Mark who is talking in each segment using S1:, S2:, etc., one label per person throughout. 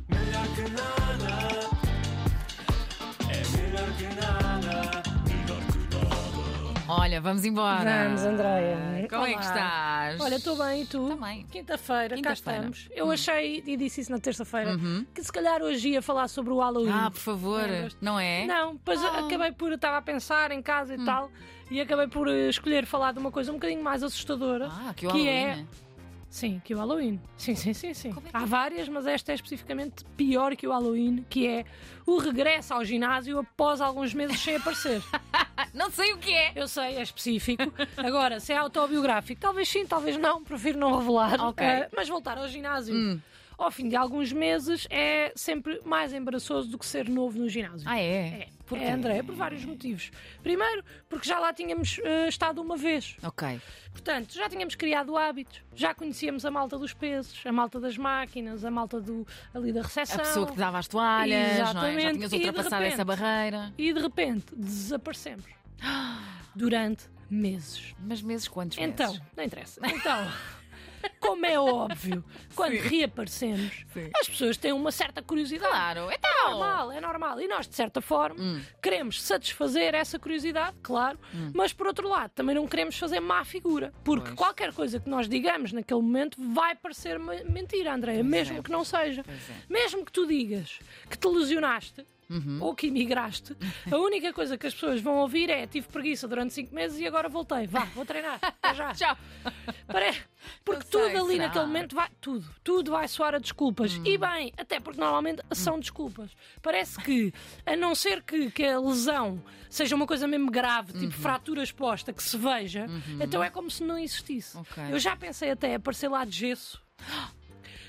S1: que nada. É melhor que nada.
S2: Olha, vamos embora.
S3: Vamos, Andréia.
S2: Como é que estás?
S3: Olha, estou bem e tu?
S2: Também.
S3: Quinta-feira, cá
S2: tá Quinta-feira. Uhum.
S3: estamos. Eu achei, e disse isso na terça-feira, que se calhar hoje ia falar sobre o Halloween.
S2: Ah, por favor,
S3: Lembras-te?
S2: não é? Hum.
S3: Não, pois acabei por. Estava a pensar em casa e tal, e acabei por eh, escolher falar de uma coisa um bocadinho mais assustadora.
S2: Ah, que o
S3: é.
S2: Halloween.
S3: Sim, que o Halloween. Sim, sim, sim, sim.
S2: Como é que-
S3: Há várias, mas esta é especificamente pior que o Halloween, que é o regresso ao ginásio após alguns meses sem aparecer.
S2: Ah, não sei o que é.
S3: Eu sei, é específico. Agora, se é autobiográfico, talvez sim, talvez não, prefiro não revelar.
S2: Ok. Hum.
S3: Eh, mas voltar ao ginásio. Ao fim de alguns meses é sempre mais embaraçoso do que ser novo no ginásio.
S2: Ah, é?
S3: É, é, André, por vários motivos. Primeiro, porque já lá tínhamos eh, estado uma vez.
S2: Ok.
S3: Portanto, já tínhamos criado hábitos, já conhecíamos a malta dos pesos, a malta das máquinas, a malta do, ali da
S2: A
S3: recepção.
S2: pessoa que te dava as toalhas, não é? Já
S3: Exatamente.
S2: tinhas
S3: E de
S2: ultrapassado
S3: repente-
S2: essa barreira.
S3: E de repente desaparecemos durante meses.
S2: Mas meses quantos
S3: Então,
S2: meses?
S3: não interessa. Então, como é óbvio, quando reaparecemos,
S2: Sim.
S3: as pessoas têm uma certa curiosidade.
S2: Claro, então.
S3: É normal, é normal. E nós, de certa forma,
S2: Hum.
S3: queremos satisfazer essa curiosidade, claro, mas por outro lado, também não queremos fazer má figura, porque
S2: Pois.
S3: qualquer coisa que nós digamos naquele momento vai parecer me- mentira, Andréia, mesmo
S2: é.
S3: que não seja.
S2: Pois é. Uhum.
S3: Mesmo que tu digas que te lesionaste. Ou que emigraste, a única coisa que as pessoas vão ouvir é tive preguiça durante cinco meses e agora voltei. Vá, vou treinar. Até já.
S2: Tchau.
S3: Pare- Porque
S2: Não sei,
S3: tudo ali
S2: será? Hum.
S3: naquele momento vai. Tudo. Tudo vai soar a desculpas. E bem, até porque normalmente são desculpas. Parece que, a não ser que, que a lesão seja uma coisa mesmo grave,
S2: Uhum.
S3: tipo fratura exposta, que se veja, então é como se não existisse.
S2: Ok.
S3: Eu já pensei até aparecer lá de gesso.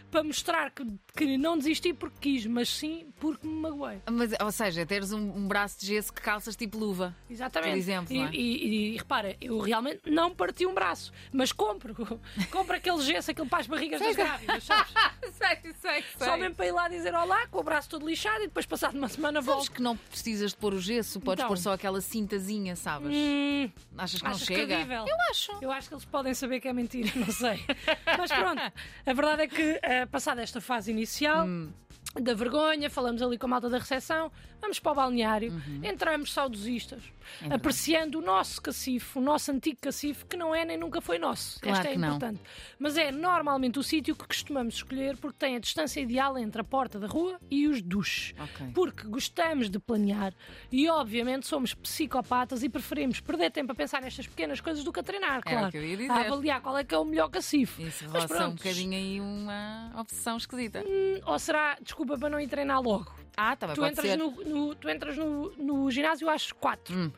S3: Para mostrar que, que não desisti porque quis, mas sim porque me magoei.
S2: Mas, ou seja, teres um, um braço de gesso que calças tipo luva.
S3: Exatamente.
S2: Por exemplo,
S3: e,
S2: não é?
S3: e- e repara, eu realmente não parti um braço, mas compro. Compro aquele gesso, aquele para as barrigas das grávidas, sabes?
S2: sei, sei, sei.
S3: Só mesmo para ir lá dizer olá, com o braço todo lixado e depois passado uma semana
S2: Sabes
S3: volto.
S2: que não precisas de pôr o gesso, podes
S3: Então.
S2: pôr só aquela cintazinha, sabes?
S3: Hum,
S2: Achas que não
S3: achas
S2: chega?
S3: credível?
S2: Eu acho.
S3: eu acho que eles podem saber que é mentira, não sei. Mas pronto, a verdade é que, eh, passada esta fase inicial.
S2: Hum.
S3: Da vergonha, falamos ali com a malta da recepção, vamos para o balneário,
S2: Uhum.
S3: entramos saudosistas,
S2: É
S3: apreciando o nosso cacifo, o nosso antigo cacifo, que não é nem nunca foi nosso.
S2: Claro
S3: Esta é
S2: que não.
S3: importante. Mas é normalmente o sítio que costumamos escolher porque tem a distância ideal entre a porta da rua e os duches.
S2: Ok.
S3: Porque gostamos de planear e, obviamente, somos psicopatas e preferimos perder tempo a pensar nestas pequenas coisas do que a
S2: Era
S3: treinar, claro.
S2: o que eu ia dizer.
S3: A avaliar qual é que é o melhor cacifo.
S2: Isso
S3: Mas
S2: roça um
S3: pronto, hum,
S2: bocadinho aí uma obsessão esquisita.
S3: Ou será desculpa para não ir treinar logo?
S2: Ah, também
S3: Tu
S2: pode
S3: entras,
S2: ser. Hum.
S3: no, no- tu entras no, no ginásio às 4.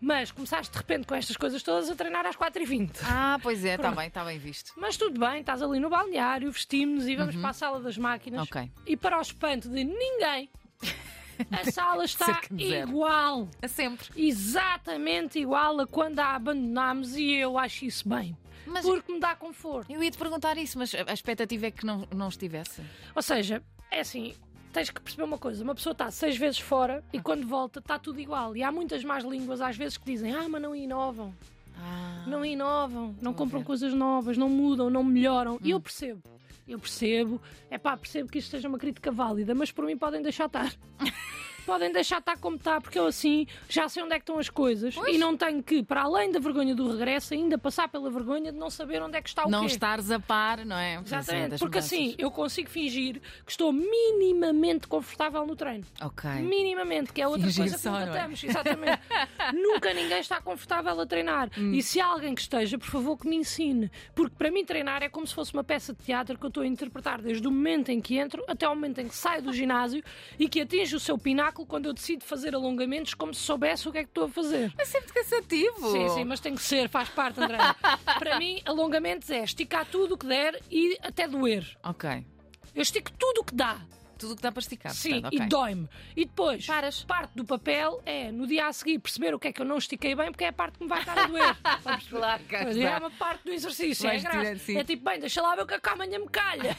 S3: Mas começaste de repente com estas coisas todas a treinar às 4h20.
S2: Ah, pois é, está bem, está bem visto.
S3: Mas tudo bem, estás ali no balneário, vestimos e vamos para a sala das máquinas.
S2: Uhum. Ok.
S3: E para o espanto de ninguém, a sala está
S2: Cerca de zero.
S3: igual.
S2: A sempre.
S3: Exatamente igual a quando a abandonámos e eu acho isso bem.
S2: Mas-
S3: Porque me dá conforto.
S2: Eu ia te perguntar isso, mas a a expectativa é que não, não estivesse.
S3: Ou seja, é assim, tens que perceber uma coisa: uma pessoa está seis vezes fora e quando volta está tudo igual. E há muitas más línguas às vezes que dizem: ah, mas não inovam,
S2: Ah,
S3: não inovam, não
S2: a
S3: compram
S2: ver.
S3: coisas novas, não mudam, não melhoram.
S2: Hum.
S3: E eu percebo. Eu percebo, é pá, percebo que isto seja uma crítica válida, mas por mim podem deixar estar. podem deixar estar como está, porque eu assim já sei onde é que estão as coisas
S2: Pois.
S3: e não tenho que, para além da vergonha do regresso, ainda passar pela vergonha de não saber onde é que está o
S2: não
S3: quê.
S2: estares a par, não é? Pois é,
S3: Exatamente,
S2: das
S3: porque
S2: mudanças.
S3: assim eu consigo fingir que estou minimamente confortável no treino.
S2: Ok.
S3: Minimamente, que é outra
S2: Fingir
S3: coisa que
S2: só,
S3: nunca
S2: não é?
S3: estamos, exatamente. nunca ninguém está confortável a treinar.
S2: Hum.
S3: E se há alguém que esteja, por favor, que me ensine. Porque para mim treinar é como se fosse uma peça de teatro que eu estou a interpretar desde o momento em que entro até ao momento em que saio do ginásio e que atinge o seu pináculo quando eu decido fazer alongamentos como se soubesse o que é que estou a fazer.
S2: É sempre cansativo.
S3: Sim, sim, mas tem que ser, faz parte, André. Para mim, alongamentos é esticar tudo o que der e até doer.
S2: Ok.
S3: Eu estico tudo o que dá.
S2: Tudo o que dá para esticar.
S3: Sim,
S2: Ah, portanto, ok.
S3: e dói-me. E depois,
S2: Paras.
S3: parte do papel é, no dia a seguir, perceber o que é que eu não estiquei bem, porque é a parte que me vai estar a doer. Sabes?
S2: Claro, cá
S3: Mas
S2: está.
S3: é uma parte do exercício,
S2: Vais
S3: é graça.
S2: tirar, sim.
S3: É tipo, bem, deixa lá ver o que é que amanhã me calha.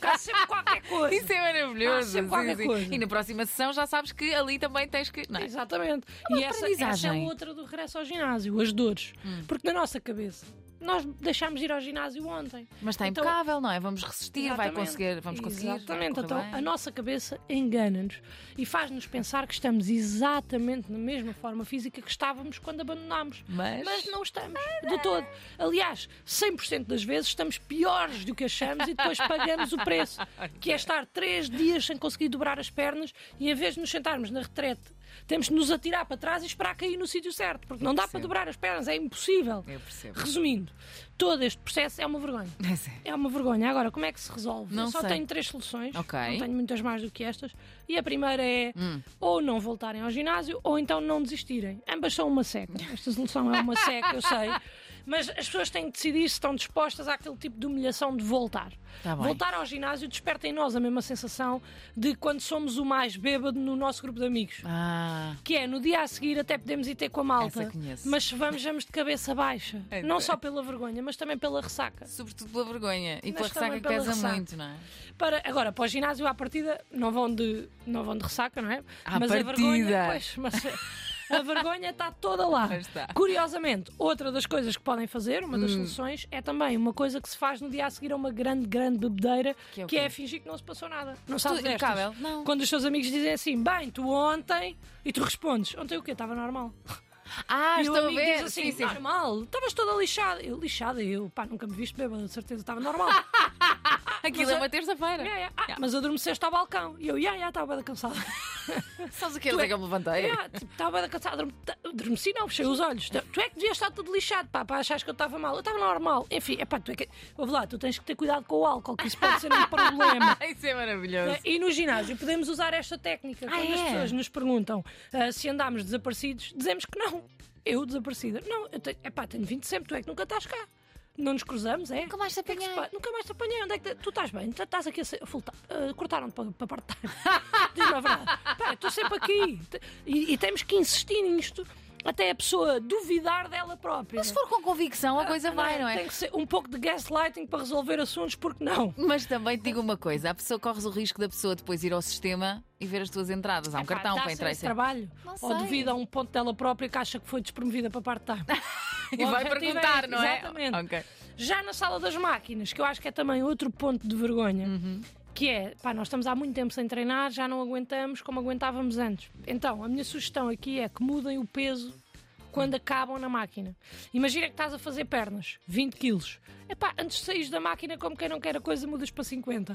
S3: Cá sempre qualquer coisa.
S2: Isso é
S3: Ah,
S2: maravilhoso.
S3: sempre qualquer coisa.
S2: E na próxima sessão já sabes que ali também tens que. Não é?
S3: Exatamente.
S2: uma
S3: e essa, essa é
S2: aprendizagem. Hum.
S3: outra do regresso ao ginásio, as dores. Porque na nossa cabeça Nós deixámos de ir ao ginásio ontem.
S2: Mas está
S3: Então-
S2: impecável, não é? Vamos resistir, vai
S3: Exatamente.
S2: conseguir, vamos conseguir. vai
S3: Exatamente.
S2: correr
S3: Então,
S2: bem.
S3: a nossa cabeça engana-nos e faz-nos pensar que estamos exatamente na mesma forma física que estávamos quando abandonámos.
S2: Mas-
S3: não estamos, de todo. Aliás, 100% das vezes estamos piores do que achamos e depois pagamos o preço, que é estar três dias sem conseguir dobrar as pernas e em vez de nos sentarmos na retrete, temos de nos atirar para trás e esperar cair no sítio certo, porque não dá para
S2: percebo.
S3: dobrar as pernas, é impossível.
S2: Eu percebo.
S3: Resumindo, todo este processo é uma vergonha.
S2: Mas é.
S3: É uma vergonha. Agora, como é que se resolve?
S2: Não
S3: Eu só
S2: sei.
S3: tenho três soluções.
S2: Ok. Hum.
S3: Não tenho muitas mais do que estas. E a primeira é ou não voltarem ao ginásio ou então não desistirem. Ambas são uma seca. Esta solução é uma seca, eu sei. Mas as pessoas têm de decidir se estão dispostas àquele tipo de humilhação de voltar.
S2: Tá bem.
S3: voltar ao ginásio desperta em nós a mesma sensação de quando somos o mais bêbado no nosso grupo de amigos.
S2: Ah,
S3: Que é, no dia a seguir até podemos ir ter com a malta.
S2: Essa conheço.
S3: Mas se vamos, vamos de cabeça baixa.
S2: Então.
S3: Não só pela vergonha, mas também pela ressaca.
S2: sobretudo pela vergonha e
S3: Mas
S2: pela ressaca
S3: também
S2: que
S3: pela
S2: pesa
S3: ressaca.
S2: muito, não é?
S3: Para, agora, para o ginásio, à partida, não vão de, não vão de ressaca, não é?
S2: À
S3: mas a
S2: partida.
S3: vergonha. Pois, mas a vergonha está toda lá.
S2: Mas está. Hum.
S3: Curiosamente, outra das coisas que podem fazer, uma das soluções, é também uma coisa que se faz no dia a seguir a uma grande, grande bebedeira,
S2: Que é o
S3: que é
S2: quê?
S3: fingir que não se passou nada. Não sabes
S2: Tudo é
S3: estas?
S2: impecável? Não.
S3: Quando os teus amigos dizem assim, bem, tu ontem, e tu respondes, ontem o quê? Estava normal.
S2: Ah,
S3: e o
S2: estou a
S3: amigo
S2: ver.
S3: diz assim,
S2: sim, sim.
S3: normal, estavas toda lixada. Eu, lixada, eu, pá, nunca me viste bêbada, de certeza, estava normal.
S2: Aquilo
S3: Mas
S2: é
S3: a-
S2: uma terça-feira.
S3: Yeah, yeah. Ah, mas adormeceste ao balcão. E eu, ia, ia, estava bem cansada.
S2: Sabes o que é que eu me levantei?
S3: Estava tipo, tava bué da cansada. Adorme- ta- Adormeci, não, fechei os olhos. Tu tu é que devias estar tudo lixado, pá, para achares que eu estava mal. Eu estava normal. Enfim, é pá, tu é que. Ouve lá, tu tens que ter cuidado com o álcool, que isso pode ser um problema.
S2: Ah, Isso é maravilhoso.
S3: E no ginásio podemos usar esta técnica.
S2: Ah,
S3: Quando as
S2: é?
S3: pessoas nos perguntam ah, se andámos desaparecidos, dizemos que não. Eu desaparecida. Não, eu tenho, epá, tenho 20 sempre, tu é que nunca estás cá. Não nos cruzamos, é?
S2: Nunca mais te
S3: O que é que se
S2: apanhei.
S3: pa- Nunca mais te apanhei. Onde é que te- tu estás bem? Tu Estás aqui a ser. full time. Ah, Cortaram-te para, para part-time. Diz-me a verdade. Pá, estou sempre aqui. Te- E, e temos que insistir nisto até a pessoa duvidar dela própria.
S2: Mas se for com convicção, a coisa vai, não
S3: Tem
S2: é?
S3: que ser um pouco de gaslighting para resolver assuntos, porque não?
S2: Mas também te digo uma coisa: a pessoa corres o risco da pessoa depois ir ao sistema e ver as tuas entradas. Há um
S3: Epá,
S2: cartão
S3: dá-se
S2: para entrar e
S3: esse
S2: sair.
S3: trabalho.
S2: Não
S3: Ou
S2: sei.
S3: devido a um ponto dela própria que acha que foi despromovida para part-time.
S2: E vai
S3: objetivo é
S2: perguntar,
S3: esse,
S2: não é?
S3: exatamente.
S2: Ok.
S3: Já na sala das máquinas, que eu acho que é também outro ponto de vergonha, que é, pá, nós estamos há muito tempo sem treinar, já não aguentamos como aguentávamos antes. Então, a minha sugestão aqui é que mudem o peso quando acabam na máquina. Imagina que estás a fazer pernas, 20 quilos. Epá, antes de sair da máquina, como quem não quer a coisa, mudas para 50.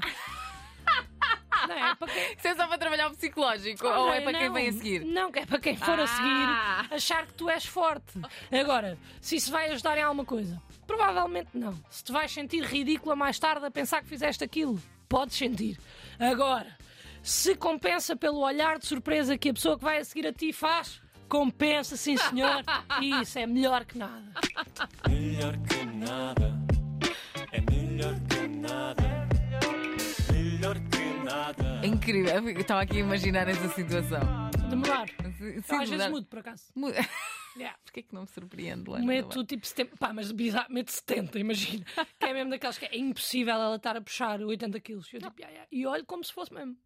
S3: não é? Para quem...
S2: Isso é só para trabalhar o psicológico
S3: Ah,
S2: ou
S3: não,
S2: é para quem
S3: não.
S2: vem a seguir?
S3: Não, que é para quem for a
S2: Ah.
S3: seguir achar que tu és forte. Agora, se isso vai ajudar em alguma coisa, provavelmente não. Se te vais sentir ridícula mais tarde a pensar que fizeste aquilo, podes sentir. Agora, se compensa pelo olhar de surpresa que a pessoa que vai a seguir a ti faz, compensa, sim senhor, e isso é melhor que nada.
S1: Melhor que nada. É melhor que nada. Melhor que nada.
S2: É incrível. Eu Estava aqui a imaginar essa situação.
S3: Demorar.
S2: Sim,
S3: Eu às vezes
S2: mudar-
S3: mudo, por acaso.
S2: Muda.
S3: Yeah.
S2: Porquê que não me surpreende é? lá?
S3: Meto tipo 70, pá, mas bizarro, meto 70, imagina. Que é mesmo daqueles que é impossível ela estar a puxar 80 quilos. Eu tipo, "Ya, ya", e olho como se fosse mesmo.